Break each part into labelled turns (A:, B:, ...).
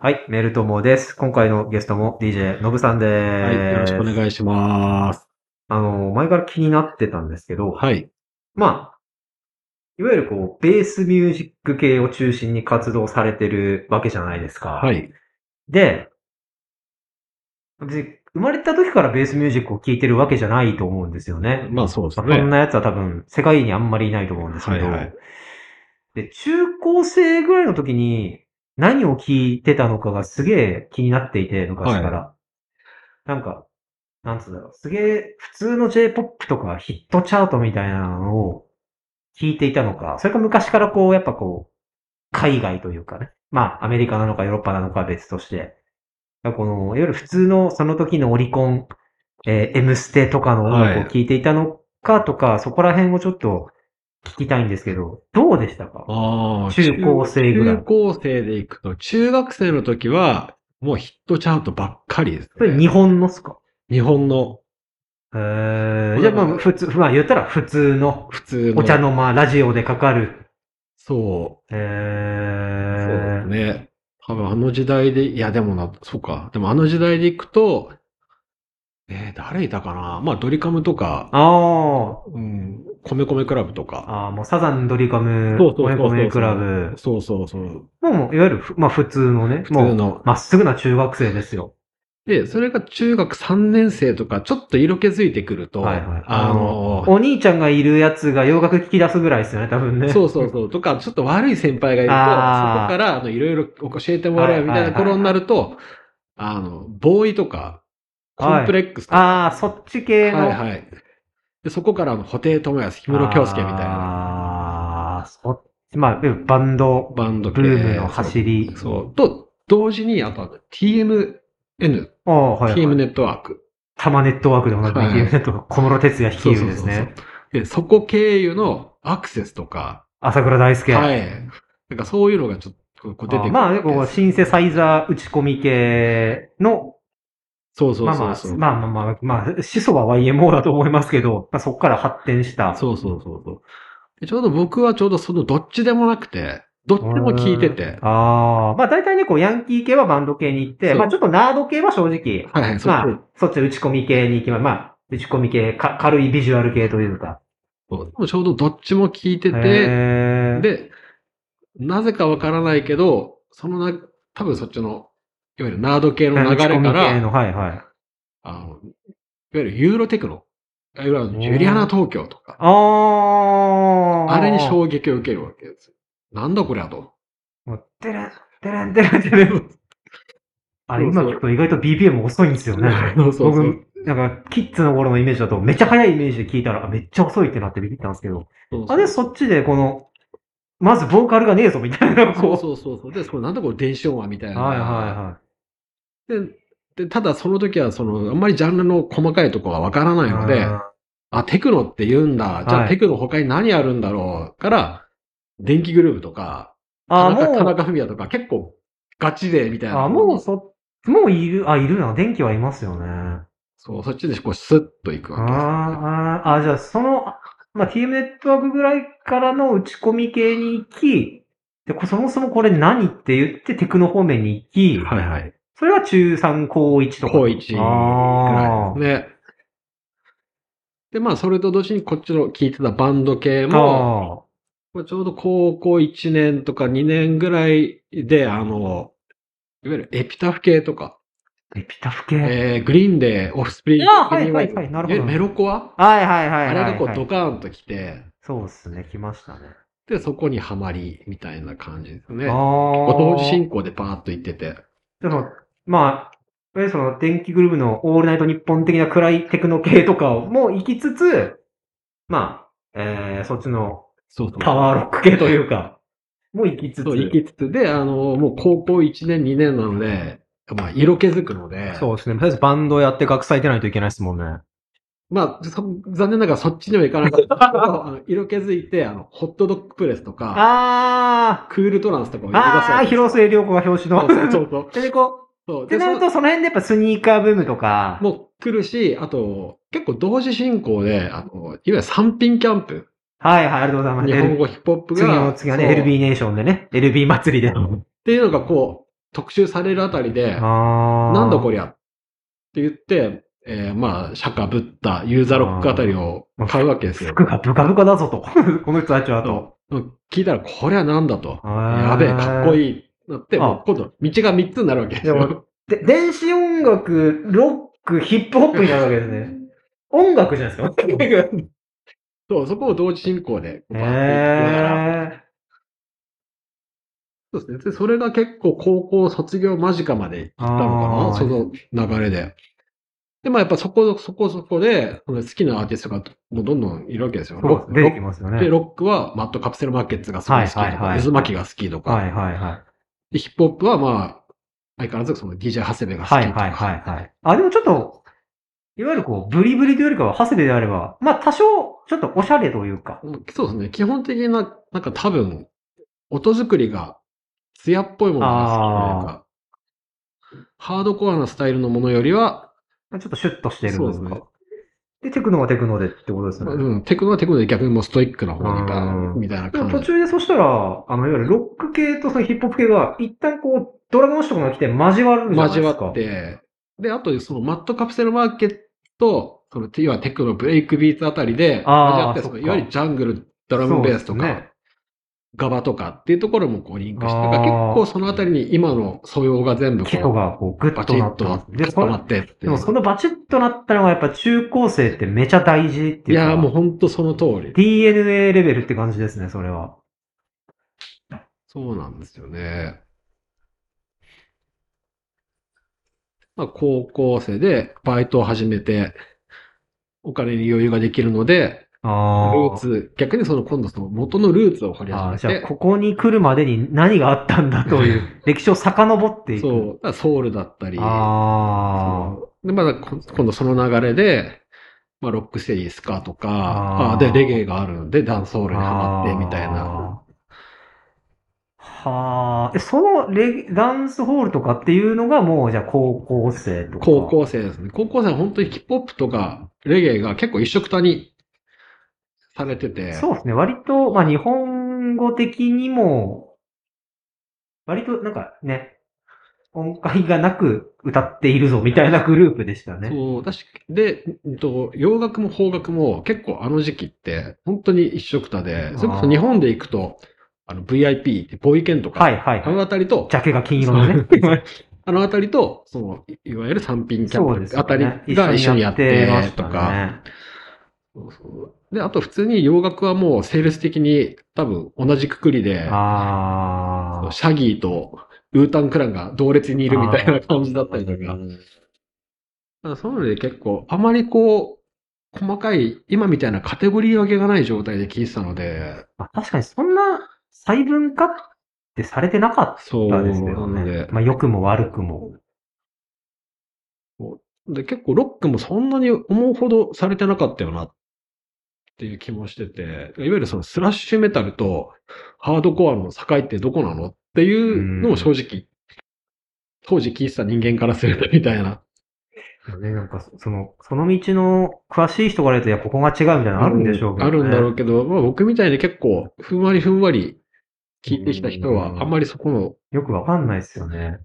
A: はい、メール友です。今回のゲストも DJ のぶさんで
B: はい、
A: す。
B: よろしくお願いします。
A: あの、前から気になってたんですけど、
B: はい。
A: まあ、いわゆるこう、ベースミュージック系を中心に活動されてるわけじゃないですか。
B: はい。
A: で、別に生まれた時からベースミュージックを聴いてるわけじゃないと思うんですよね。
B: まあそうです
A: まあこん
B: ね。
A: なやつは多分、世界にあんまりいないと思うんですけど、
B: はいはい
A: で、中高生ぐらいの時に何を聞いてたのかがすげえ気になっていて、昔から。なんか、なんつうんだろう、すげえ普通の J-POP とかヒットチャートみたいなのを聞いていたのか、それか昔からこう、やっぱこう、海外というかね、まあ、アメリカなのかヨーロッパなのかは別として、だからこの、いわゆる普通のその時のオリコン、えー、M ステとかの音楽を聞いていたのかとか、そこら辺をちょっと聞きたいんですけど、どうでしたか
B: あー
A: 中高生ぐらい
B: 中高生で行くと、中学生の時は、もうヒットチャートばっかりです、
A: それ
B: ね。
A: 日本のっすか
B: 日本の
A: えー、じゃあまあ普通、まあ言ったら普通の、
B: 普通の。
A: お茶の間、ラジオでかかる。
B: そ
A: え
B: う。そう
A: ー、
B: ですね。多分あの時代で、いやでもな、そうか。でもあの時代で行くと、えー、誰いたかなまあドリカムとか、
A: あ
B: うん、米米クラブと
A: あ、
B: か。
A: ああ、もうサザンドリカム、
B: そうそうそ
A: 米
B: うそう
A: 米クラブ。
B: そうそうそう。
A: もうもう、いわゆるふ、まあ普通のね、
B: 普
A: も
B: 通
A: う、
B: の。
A: まっすぐな中学生ですよ。
B: で、それが中学3年生とか、ちょっと色気づいてくると、
A: はいはい
B: あの
A: お兄ちゃんがいるやつが洋楽聞き出すぐらいですよね、多分ね。
B: そうそうそう、とか、ちょっと悪い先輩がいると、そこ
A: あー
B: から、あの、いろいろ教えてもらうみたいな頃になると、あの、ボーイとか、コンプレックスとか、
A: ああ、そっち系の。
B: はいはい。でそこから、あの、布袋寅泰、氷室京介みたいな、
A: な。ああ、そっち、まあ、でもバンド、
B: バンド系
A: ブームの走り。
B: そう、と、同時に、あとは、TMN、
A: ああ、はい、はい。
B: TM ネットワーク。
A: タマネットワークで同じみ、
B: はい
A: TM ネットワーク小室哲也率いるです
B: そうそう
A: ね。
B: そうそうで、そこ経由のアクセスとか、
A: 朝倉大輔。
B: はい。なんかそういうのがちょっとこう出て
A: あ
B: く
A: ー
B: る。
A: まあ、ね、こう、シンセサイザー打ち込み系の、
B: そうそ
A: ま
B: う
A: あま
B: そ
A: あ
B: うそう。、
A: まあまあまあ、まあ、始祖は YMO だと思いますけど、まあ、そこから発展した。
B: そうそうそうそうでちょうど僕はちょうどそのどっちでもなくて、どっちも聞いてて、
A: ああ、まあ大体ね、こう、ヤンキー系はバンド系に行って、
B: そう
A: まあちょっとナード系は正直、
B: はいはい、そ
A: まあ
B: う、
A: そっち打ち込み系に行きます。まあ、打ち込み系、か軽いビジュアル系というか。
B: そうでもちょうどどっちも聞いてて、
A: へー、
B: で、なぜかわからないけど、そのな、多分そっちの、いわゆるナード系の流
A: 打ち込
B: れか
A: み系
B: ら、
A: の、はいはい。
B: あの、いわゆるユーロテクノ、いわゆるあのジュリアナ東京とか、
A: あー。
B: あれに衝撃を受けるわけですよ。なんだこれはと。
A: もう、てれん、てれん、てれん、てれん。あれ、
B: そう
A: 今
B: そう
A: 聞くと意外と BPM 遅いんですよね。
B: そうそうそう
A: 僕、なんか、キッズの頃のイメージだと、めっちゃ速いイメージで聞いたら、あめっちゃ遅いってなってビビったんですけど、
B: そうそ
A: あ
B: う
A: れ、そっちで、この、まずボーカルがねえぞ、みたいな、
B: そう
A: こ。
B: そうそうそう。で、それなんだこれ電子音はみたいうな。
A: はいは
B: で、でただその時はその、あんまりジャンルの細かいとこはわからない
A: いはい。
B: ので、
A: あ
B: あ、テクノって言うんだ。じゃ
A: は
B: あ
A: い
B: テクノ他に何あるんだろうから、電気グルーヴとか、
A: ー、
B: 田
A: あ
B: 中田
A: もう、
B: 中文也とか結構ガチでみたいな。
A: あもうそ、もういる、あ、いるな、電気はいますよね。
B: そう、そっちでこうスッと行く
A: あ
B: わけです。
A: ーあー、あ、じゃあ、その、まあ、TM ネットワークぐらいからの打ち込み系に行き、で、こそもそもこれ何って言ってテクノ方面に行き、
B: はいはい。
A: それは中3、高1とか。
B: 高1ぐ
A: あ
B: らいですね。で、まあ、それと同時にこっちの聴いてたバンド系
A: ー
B: も、
A: あ
B: まあ、ちょうど高校1年とか2年ぐらいで、あの、いわゆるエピタフ系とか、
A: ー。エピタフ系。
B: えー、グリーンデー、オフスプリング、
A: あーはい
B: ペニーワイズ
A: はいはいなるほど
B: わゆメロコア、
A: はいはいはいはい、はい。
B: あれがこうドカーンと来て、
A: そうっすね、来ましたね。
B: で、そこにはまり、みたいな感じですね。
A: ああ
B: こう同時進行でパーッと行ってて。
A: でも、まあ、えその電気グループのオールナイト日本的な暗いテクノ系とかをもう行きつつ、まあ、えー、そっちの
B: そうそう。
A: パワーロック系というか、もう行きつつ。
B: そう、行きつつ。で、あの、もう高校1年、2年なので、まあ、色気づくので、
A: うですね。とりあえずバンドやって学祭出ないといけないですもんね。
B: まあ、そ残念ながらそっちにはいかなかった けどあの色気づいて、あの、ホットドッグプレスとか、
A: あ
B: クールトランスとかを
A: ー、
B: 出す
A: あー、広末涼子が表紙の。
B: そうそうそう。
A: で、こ
B: そう
A: う、って
B: で
A: なる
B: そ
A: と、その辺でやっぱスニーカーブームとか、
B: もう来るし、あと、結構同時進行で、あの、いわゆる三品キャンプ。
A: はいはい、ありがとうございます。
B: 日本語ヒップホップ
A: 次
B: が、
A: の次はね、
B: そう
A: LB ネーションでね、LB 祭りで。
B: っていうのがこう、特集されるあたりで、
A: ああ。
B: なんだこ
A: れ。
B: りゃって言って、えーまあ、釈迦、ブッダ、ユーザーロックあたりを買うわけですよ。
A: 服がブカブカだぞと。 この人たちはと。
B: うん聞いたら、これはなんだと。や
A: や
B: べえ、かっこ
A: い。
B: いい。なって、
A: あ
B: もう今度、道が3つになるわけです
A: でも
B: よ。
A: で、電子音楽、ロック、ヒップホップになるわけですね。音楽じゃないですか。
B: そう、そこを同時進行で、
A: へ
B: バーっていきながら
A: え。
B: そうですね。で、それが結構高校卒業間近まで行ったの
A: あー
B: かなその流れで。で、まあやっぱそこ、そこそこで、その好きなアーティストがもうどんどんいるわけですよ。ロック
A: 出てきますよね。
B: で、ロックはマットカプセルマーケッツがすごい好きと
A: はいはい
B: か、
A: はい
B: 渦巻きが好きとか、
A: はいはいはい。
B: でヒップホップはまあ、相変わらずその DJ 長谷部が好
A: は
B: き
A: い
B: とか、
A: はいはいはい。あ、でもちょっと、いわゆるこう、ブリブリというよりかは、長谷部であれば、まあ多少、ちょっとおしゃれというか。
B: うんそうですね。基本的な、なんか多分、音作りが艶っぽいものが好きというか、ハードコアなスタイルのものよりは、
A: ちょっとシュッとしてる
B: そ
A: と
B: う
A: い
B: です
A: うか。
B: ね
A: で、テクノはテクノでってことです
B: まあ
A: ね。
B: うん、テクノはテクノで逆にもうストイックな方にバー
A: うん
B: ンみたいな
A: でも
B: 感
A: 途
B: じ。
A: 中でそしたら、あの、いわゆるロック系とそのヒップホップ系が、一旦こう、ドラゴン誌とかが来て交わるじゃないです
B: 交
A: か。
B: わっ。て、で、あとそのマットカプセルマーケット、その、要はテクノ、ブレイクビーツあたりで、
A: あー
B: 交わって、そ
A: そっ
B: の
A: か
B: いわゆるジャングル、ドラムベースとか、
A: そうですね
B: ガバとかっていうところもこうリンクして、
A: あー
B: だから結構そのあたりに今の素養が全部こ
A: 結構
B: う、
A: がこう、グッ
B: バ
A: と
B: チ
A: な
B: ッ
A: った
B: となって、
A: で
B: ガッ
A: そ
B: と
A: れ
B: なってって
A: で
B: いう
A: もそのバチッとなったのがやっぱ中高生ってめちゃ大事って
B: い
A: いうか。
B: やーもうほんとその通り。
A: DNA レベルって感じですね、それは。
B: そうなんですよね。まあ、高校生でバイトを始めて、お金に余裕ができるので、ル
A: ああ。
B: ーツ、逆にその今度その元のルーツを掘り
A: ああ、
B: 始
A: じゃ
B: め
A: あ、
B: て、
A: ここに来るまでに何があったんだという、歴史を遡っていく。
B: そう、だからソウルだったり、
A: あ
B: そうで、まだこ今度その流れで、まあ、ロックステージスカとか、
A: あー
B: あで、レゲエがあるので、ダンスソー
A: あ。
B: ルにハマってみたいな。
A: ああ。はあ。え、そのレギダンスホールとかっていうのがもう、じゃあ、高校生とか。
B: 高校生ですね。高校生は本当にヒップホップとかレゲエが結構一色たにされてて、
A: そうですね。割と、まあ、日本語的にも、割と、なんかね、音階がなく歌っているぞみたいなグループでしたね。
B: そうだしで、うんと、洋楽も邦楽も結構あの時期って本当に一色たで、それこそ日本で行くと、あの VIP ってボーイケンとか、
A: はいはい
B: あの
A: はい。
B: あたりと
A: ジ、ャケが金色の ね。
B: あのあたりと、その、いいわゆる三品キャンプあたりが一緒にやってとか、。そうそうで、あと普通に洋楽はもうセールス的に多分同じくくりで、
A: ああ。
B: シャギーとウータンクランが同列にいるみたいな感じだったりとか。ただそういうので結構、あまりこう、細かい、今みたいなカテゴリー分けがない状態で聞いてたので、
A: まあ確かにそんな細分化ってされてなか
B: そ
A: ったです
B: な
A: よ
B: ので
A: ね。まあ良くも悪くも。
B: で、結構ロックもそんなに思うほどされてなかったよなっていう気もしてて、いわゆるそのスラッシュメタルとハードコアの境ってどこなのっていうのも正直、当時聞いてた人間からするとみたいな。
A: ね、なんかそその、その道の詳しい人から言うと、いや、ここが違うみたいなのあるんでしょうけど、ね
B: あるんだろうけど、まあ、僕みたいに結構、ふんわりふんわり聞いてきた人
A: う
B: は、
A: ん
B: あんまりそこの、
A: よくわかんないですよね。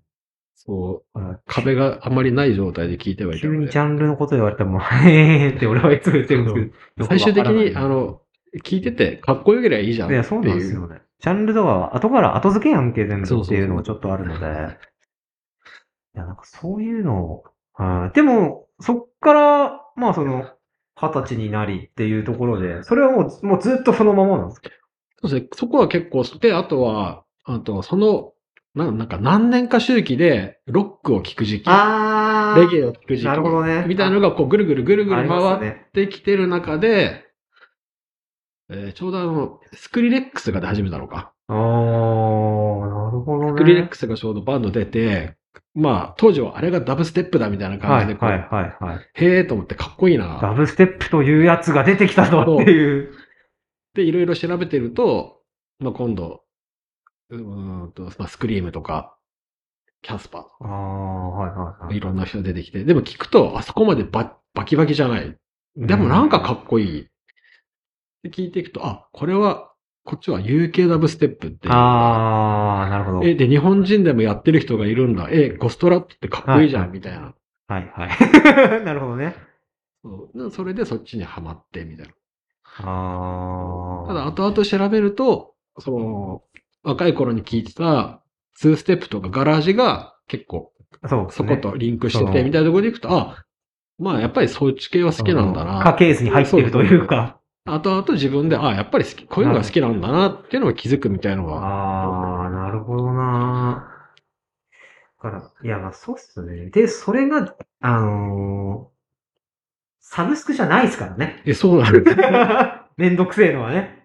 B: そう、
A: だから
B: 壁があんまりない状態で聞いてはいた
A: 急
B: の
A: に
B: で
A: ジャンルのこと言われても、 へーって俺はいつも言ってるんですけど。
B: 最終的
A: よ
B: に、
A: くわ
B: あ
A: からない
B: の、聞いてて、かっこよければいいじゃ
A: い
B: んってい
A: や、
B: う。
A: そうなんですよね。ジャンルとかは後から後付けやんけ全部っていうのがちょっとあるので。
B: そうそうそう
A: いや、なんかそういうのを、うんでも、そっから、まあその、二十歳になりっていうところで、それはもうもうずっとそのままなんですか
B: そうですね。そこは結構、で、あとは、あと、その、ななんか何年か周期で、ロックを聞く時期、
A: あ
B: レゲエを聞く時期、
A: なるほどね。
B: みたいなのが、こう、ぐるぐるぐるぐ
A: あ
B: る
A: ります
B: 回っ
A: ね。
B: てきてる中で、えーちょうどあの、スクリレックスが出始めたのか。
A: あー、なるほどね。
B: スクリレックスがちょうどバンド出て、まあ、当時はあれがダブステップだみたいな
A: は
B: 感
A: い
B: じでこう、
A: はいはいはい。
B: へえと思ってかっこいいな
A: ダブステップというやつが出てきたぞっていう。
B: で、いろいろ調べてると、まあ、今度、うーんと、まあ、スクリームとか、キャスパーと
A: あー、はいはい
B: か、
A: はい
B: い。ろんな人出てきて、でも聞くと、あそこまでババキバキじゃない。でもなんかかっこいい。で聞いていくと、あ、これはこっちは UKW ステップっていう。
A: あー、なるほど。
B: え、で、日本人でもやってる人がいるんだ。え、ゴストラットってかっこいいじゃん、
A: はい
B: みたいな。
A: はいはい。 なるほどね。
B: そうそれでそっちにはまって、みたいな。
A: あー。
B: ただ、後々調べると、その、若い頃に聞いてた、ツーステップとかガラージが結構
A: そうです
B: そ
A: ね、
B: ことリンクして
A: そ
B: て、
A: の
B: みたいなところでいくと、あ、まあやっぱりそっち系は好きなんだ
A: 家
B: な。
A: 系図に入ってるというか。
B: 後々自分で、あ、やっぱり好き、こういうのが好きなんだなっていうのを気づくみたいのは。
A: ああ、なるほどな。だから、いや、まあそうっすよね。で、それが、あのーサブスクじゃないですから ね。
B: え、そうなんです。
A: めんどくせえのはね。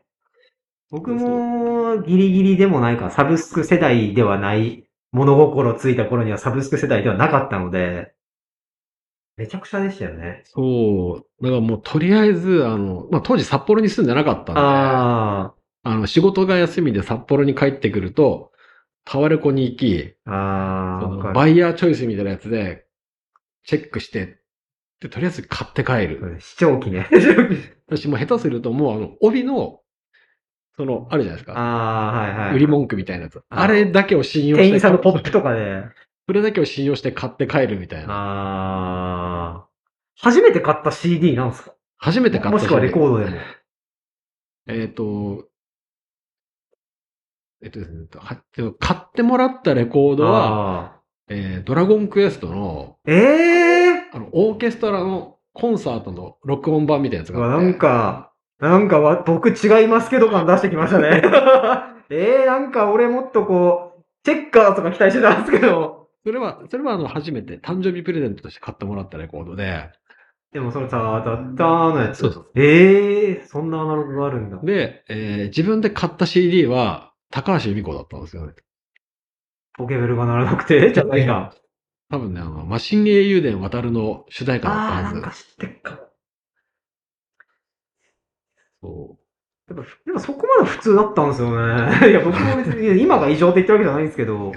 A: 僕もギリギリでもないか、サブスク世代ではない、物心ついた頃にはサブスク世代ではなかったので、めちゃくちゃでしたよね。
B: そう。だからもうとりあえず、あの、まあ当時札幌に住んでなかったんで、
A: あ
B: あの、仕事が休みで札幌に帰ってくると、タワレコに行き、
A: あ、あ
B: そ
A: あ、
B: の
A: わか
B: バ
A: る
B: イヤーチョイスみたいなやつで、チェックして、で、とりあえず買って帰る。
A: 視聴器ね。
B: 私もう下手するともうあの、帯の、その、あるじゃないですか。
A: ああ、はいはい。
B: 売り文句みたいなやつ。
A: あー
B: あれだけを信用して。
A: 店員さんのポップとかで。
B: それだけを信用して買って帰るみたいな。
A: ああ。初めて買った CD なんですか
B: 初めて買った
A: もしくはレコードでも。
B: えっ、と、えっ、とですね、は買ってもらったレコードは、
A: あ
B: えードラゴンクエストの、
A: ーええ
B: あの、オーケストラのコンサートの録音版みたいなやつ
A: ー、
B: があ
A: な
B: って。
A: んか、なんかわ僕違いますけど感出してきました ね。ええー、なんか俺もっとこう、チェッカーとか期待してたんですけど。
B: それは、それはあの、初めて誕生日プレゼントとして買ってもらったレコードで、
A: でもそのさ、だったーのやつ。
B: そうそう
A: ええー、そんなアナログがあるんだ。
B: で、えー自分で買った CD は、高橋由美子だったんですよね。
A: ポケベルが鳴らなくて、じゃないか。
B: 多分ね、あの、マシン英雄伝渡るの主題歌だった
A: ああ、
B: は
A: なん
B: ず
A: か。知ってっかも。
B: そう
A: やっぱでもそこまで普通だったんですよね。い や、僕も別に今が異常って言ってるわけじゃないんですけど。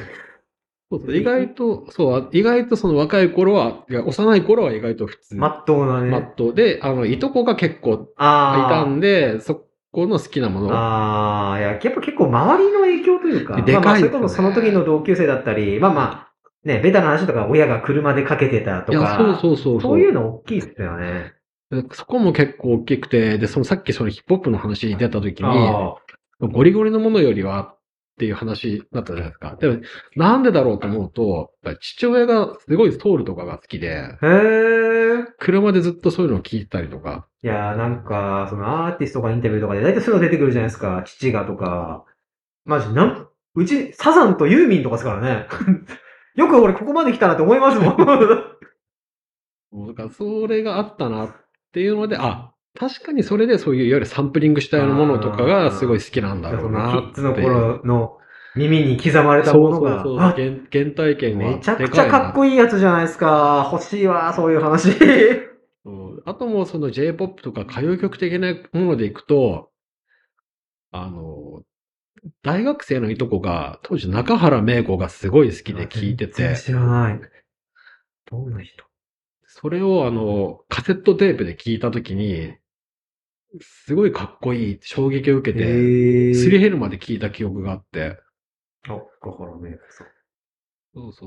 B: そうそう意外と、そう、意外とその若い頃は、いや幼い頃は意外と普通。
A: まっとうなね。
B: マットで、あの、いとこが結構い
A: ああ。
B: たんで、そこの好きなもの
A: ああ、いや、やっぱ結構周りの影響というか、
B: で
A: まあまあ、
B: でか
A: そ
B: いですね
A: れこそその時の同級生だったり、まあまあ、ね、ベタな話とか、親が車でかけてたと
B: いや、
A: か、
B: そうそうそう。
A: そういうの大きいっすよね。
B: でそこも結構大きくて、で、そのさっきそのヒップホップの話に出た時に、
A: あ
B: ゴリゴリのものよりは、っていう話だったじゃないですか。でも、なんでだろうと思うと、やっぱり父親がすごいソウルとかが好きで、
A: あ。へえ。
B: 車でずっとそういうのを聞いたりとか、
A: いやー、なんか、そのアーティストとかインタビューとかで、大体そういうの出てくるじゃないですか。父がとか。マジ、なん、うち、サザンとユーミンとかですからね。 よく俺ここまで来たなって思い ますもん。
B: もうだからそれがあったなっていうので、あ、確かにそれでそういういわゆるサンプリングしたようなものとかがすごい好きなんだろうな
A: キッズの
B: っていう
A: 頃の耳に刻まれた
B: そ
A: も
B: う
A: の
B: そう
A: が、
B: そう。
A: あ
B: 原原体験は
A: めちゃくちゃかっこいいやつじゃないですか。欲しいわ、そういう話。
B: いい。あともうその J-POP とか歌謡曲的なものでいくと、あの、大学生のいとこが、当時中原芽子がすごい好きで聴いて
A: 全然
B: て、
A: 知らない。どんな人
B: それをあの、カセットテープで聴いたときに、すごいかっこいいって衝撃を受けて、
A: え
B: すり減るまで聴いた記憶があって、
A: あ、だからね、そう。
B: そうそ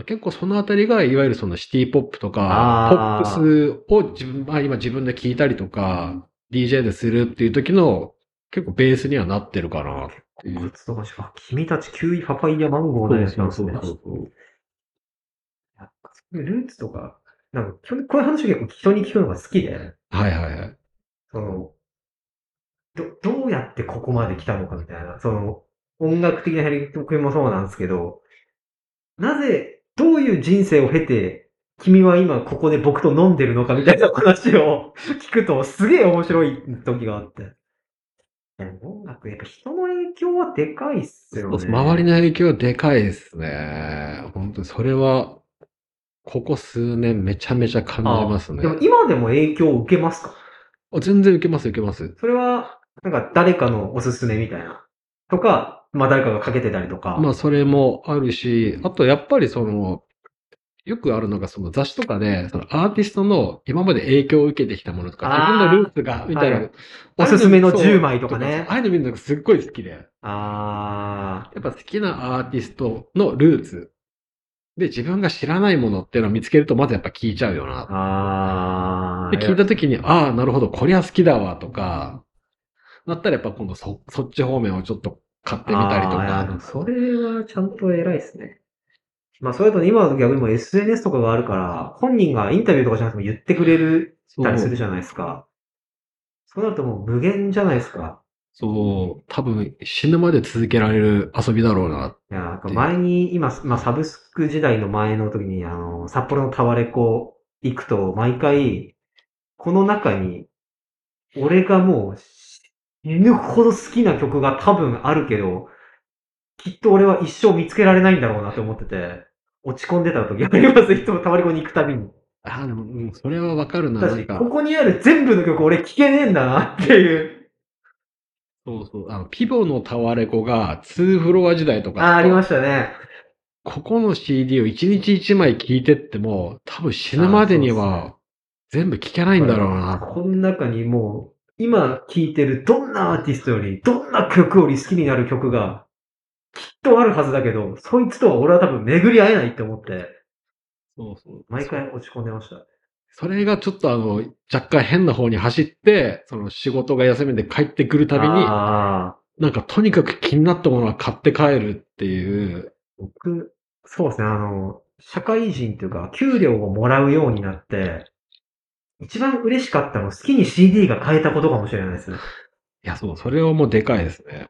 B: う。結構そのあたりが、いわゆるそのシティポップとか
A: あ、
B: ポ
A: ー
B: ップスを自分、まあ今自分で聞いたりとか、DJ でするっていう時の結構ベースにはなってるかなっていう。
A: 活動場所。あ、君たちキウイパパイヤマンゴーのやつなんですね。
B: そうそうそうそう
A: なんかそういうルーツとか、なんか基本的にこういう話を結構人に聞くのが好きで、
B: はいはいはい。
A: その、ど、どうやってここまで来たのかみたいな、その、音楽的なヘリ僕もそうなんですけど、なぜ、どういう人生を経て、君は今ここで僕と飲んでるのかみたいな話を 聞くと、すげえ面白い時があって。でも音楽、やっぱ人の影響はでかいっすよね。
B: 周りの影響はでかいですね。本当にそれは、ここ数年めちゃめちゃ感じますね
A: で。も今でも影響を受けますか
B: あ全然受けます受けます。
A: それは、なんか誰かのおすすめみたいな。とか、まあ誰かがかけてたりとか。
B: まあそれもあるし、あとやっぱりその、よくあるのが、その雑誌とかで、そのアーティストの今まで影響を受けてきたものとか、
A: あー
B: 自分のルーツが、みたいな、
A: はいおすすめの10枚とか
B: そう
A: ね
B: あ。あいうの見るのがすっごい好きで、や
A: あ
B: っぱ好きなアーティストのルーツ。で、自分が知らないものっていうのを見つけると、まずやっぱ聞いちゃうよ
A: ー。
B: な。
A: あー。
B: で、聞いた時に、ああ、なるほど、こりゃ好きだわ、とか、なったらやっぱ今度そ、そっち方面をちょっと買ってみたりと
A: あーいやでも
B: か。
A: それはちゃんと偉いですね。まあ、それと今の逆にもう SNS とかがあるから、本人がインタビューとかじゃなくても言ってくれる
B: そう
A: たりするじゃないですか。そうなるともう無限じゃないですか。
B: そう、多分死ぬまで続けられる遊びだろうな。
A: いや、なんか前に、今、まあ、サブスク時代の前の時に、あの、札幌のタワレコ行くと、毎回、この中に、俺がもう死ぬほど好きな曲が多分あるけど、きっと俺は一生見つけられないんだろうなって思ってて、落ち込んでた時あります。いつもタワレコに行くたびに。
B: ああ、でも、うんそれはわかるな。なん
A: 確か
B: か
A: に、こ、こにある全部の曲俺聴けねえんだなっていう。
B: そうそう、あの、ピボのタワレコが2フロア時代とか、
A: ああ、ありましたね。
B: ここの CD を1日1枚聴いてっても、多分死ぬまでには全部聴けないんだろうな。
A: この中にもう、今聴いてるどんなアーティストより、どんな曲より好きになる曲が、きっとあるはずだけど、そいつとは俺は多分巡り合えないって思って、
B: そうそう。
A: 毎回落ち込んでました。
B: それがちょっとあの、若干変な方に走って、その仕事が休みで帰ってくるたびに、
A: ああ、
B: なんかとにかく気になったものは買って帰るっていう、
A: 僕、そうですね、あの、社会人というか、給料をもらうようになって、一番嬉しかったの、好きに CD が買えたことかもしれないです。
B: いや、そう、それはもうでかいですね。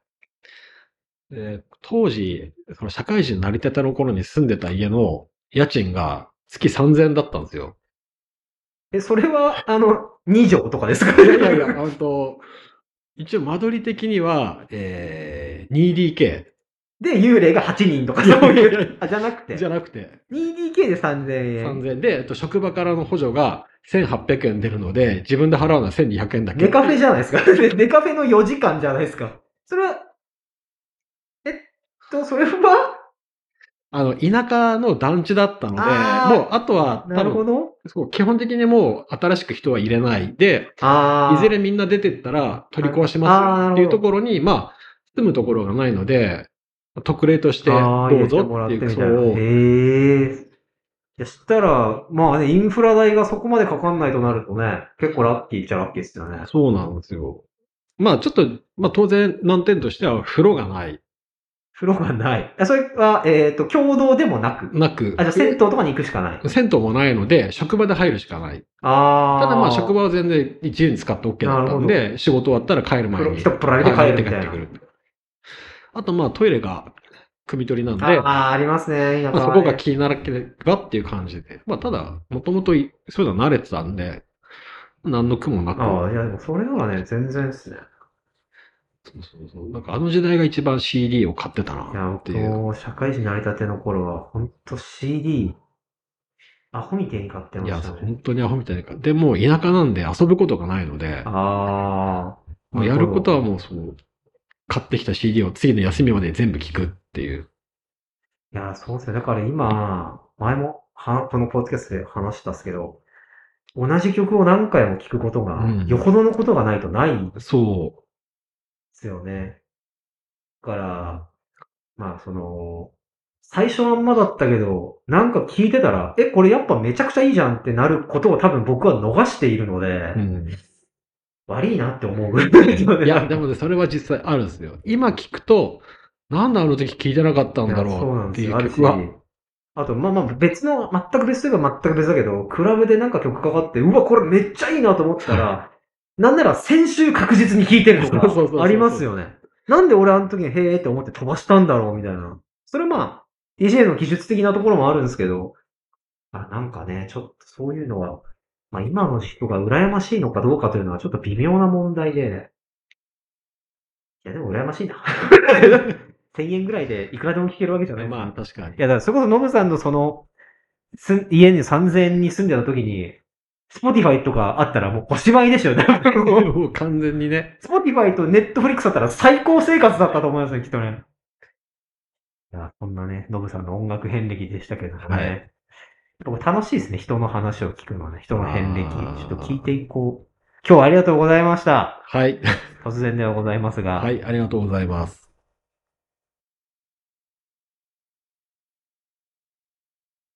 B: で当時、その社会人になりたての頃に住んでた家の家賃が月3000円だったんですよ。
A: え、それは、あの、2畳とかですか
B: いやいやいや、本当一応間取り的には、えー、2DK
A: で、幽霊が8人とか、
B: い
A: そう
B: やいやいや
A: いう、あ、じゃなくて
B: じ、ゃなくて、
A: 2DK で3000円。
B: 3000円で、えっと、職場からの補助が1800円出るので、自分で払うのは1200円だけ。
A: ネカフェじゃないですか。 ネカフェの4時間じゃないですか。それは、えっと、それは、
B: あの、田舎の団地だったので、
A: あー
B: もう、あとは、
A: な
B: 多
A: るほ
B: 分、
A: ど。
B: そう基本的にもう、新しく人は入れないで、
A: あー
B: いずれみんな出てったら取り壊しますよっていうところに、まあ、住むところがないので、特例としてど
A: あー
B: うぞ
A: 入れてもら
B: っ
A: ってて
B: い
A: み
B: う、
A: たい
B: そ
A: な。
B: う
A: へえ。いや、したら、まあね、インフラ代がそこまでかかんないとなるとね、結構ラッキーっちゃラッキーですよね。
B: そうなんですよ。まあちょっと、まあ当然難点としては風呂がない。
A: 風呂がない。あそれは、えっ、と、共同でもなく。
B: なく。
A: あ、じゃあ銭湯とかに行くしかない。
B: 銭湯もないので、職場で入るしかない。
A: あ
B: た
A: あ。
B: だまあ職場は全然自由に使って OK だったん
A: な
B: で、仕事終わったら帰る前
A: 風呂
B: に。
A: 一っぽられて帰るみたいな
B: 帰ってくる。あとまあトイレが、汲み取りなんで、ま
A: ああー、ありますね。田舎
B: あ、そ
A: は
B: こ
A: ね
B: が気にならなければっていう感じで。まあただ、もともといそういうのは慣れてたんで、何の苦もなく。
A: ああ、いや、でもそれならね、全然ですね。
B: そうそうそう。なんかあの時代が一番 CD を買ってた
A: いや、
B: なって
A: 僕
B: いう。
A: も社会人になりたての頃は、ほんと CD、アホみてえに買ってま
B: い
A: し
B: や、
A: たね。
B: 本当にアホみたいな。でも、田舎なんで遊ぶことがないので、
A: ああ。
B: もうやることは
A: う。
B: もう、その、買ってきた CD を次の休みまで全部聞くっていう。
A: いや、そうですね。だから今、前もは、このポッドキャストで話したっすけど、同じ曲を何回も聴くことが、
B: うん
A: よほどのことがないとないんで
B: そ
A: すよね。だから、まあ、その、最初はあんまだったけど、なんか聴いてたら、え、これやっぱめちゃくちゃいいじゃんってなることを多分僕は逃しているので、
B: う。うん。
A: 悪いなって思うぐらいですよね
B: いや、でもね、それは実際あるんですよ。今聞くと、なんであの時聞いてなかったんだ
A: いやそう
B: ろ
A: な
B: うんって
A: です
B: いう
A: よ。あるし
B: 曲は。
A: あと、まあまあ別の、全く別といえば全く別だけど、クラブでなんか曲かかって、うわ、これめっちゃいいなと思ってた ら、なんなら先週確実に聴いてると
B: そうそうそうそう
A: か、ありますよね。なんで俺あの時にへーって思って飛ばしたんだろうみたいな。それまあ、DJ の技術的なところもあるんですけど、あなんかね、ちょっとそういうのは、まあ今の人が羨ましいのかどうかというのはちょっと微妙な問題で、いやでも羨ましいな。1000円ぐらいでいくらでも聞けるわけじゃない
B: まあ、確かに
A: い。や、だからそれこそノブさんのその、す家に3000円に住んでた時に、スポティファイとかあったらもうおしまいでしょ、多分もう
B: もう完全にね。
A: スポティファイとネットフリックスだったら最高生活だったと思いますね、きっとね。いや、そんなね、ノブさんの音楽遍歴でしたけどもね。
B: はい
A: 僕楽しいですね。人の話を聞くのはね。人の遍歴。
B: あ
A: ち
B: ー
A: ょっと聞いていこう。今日はありがとうございました。
B: はい。
A: 突然ではございますが。
B: はい、ありがとうございます。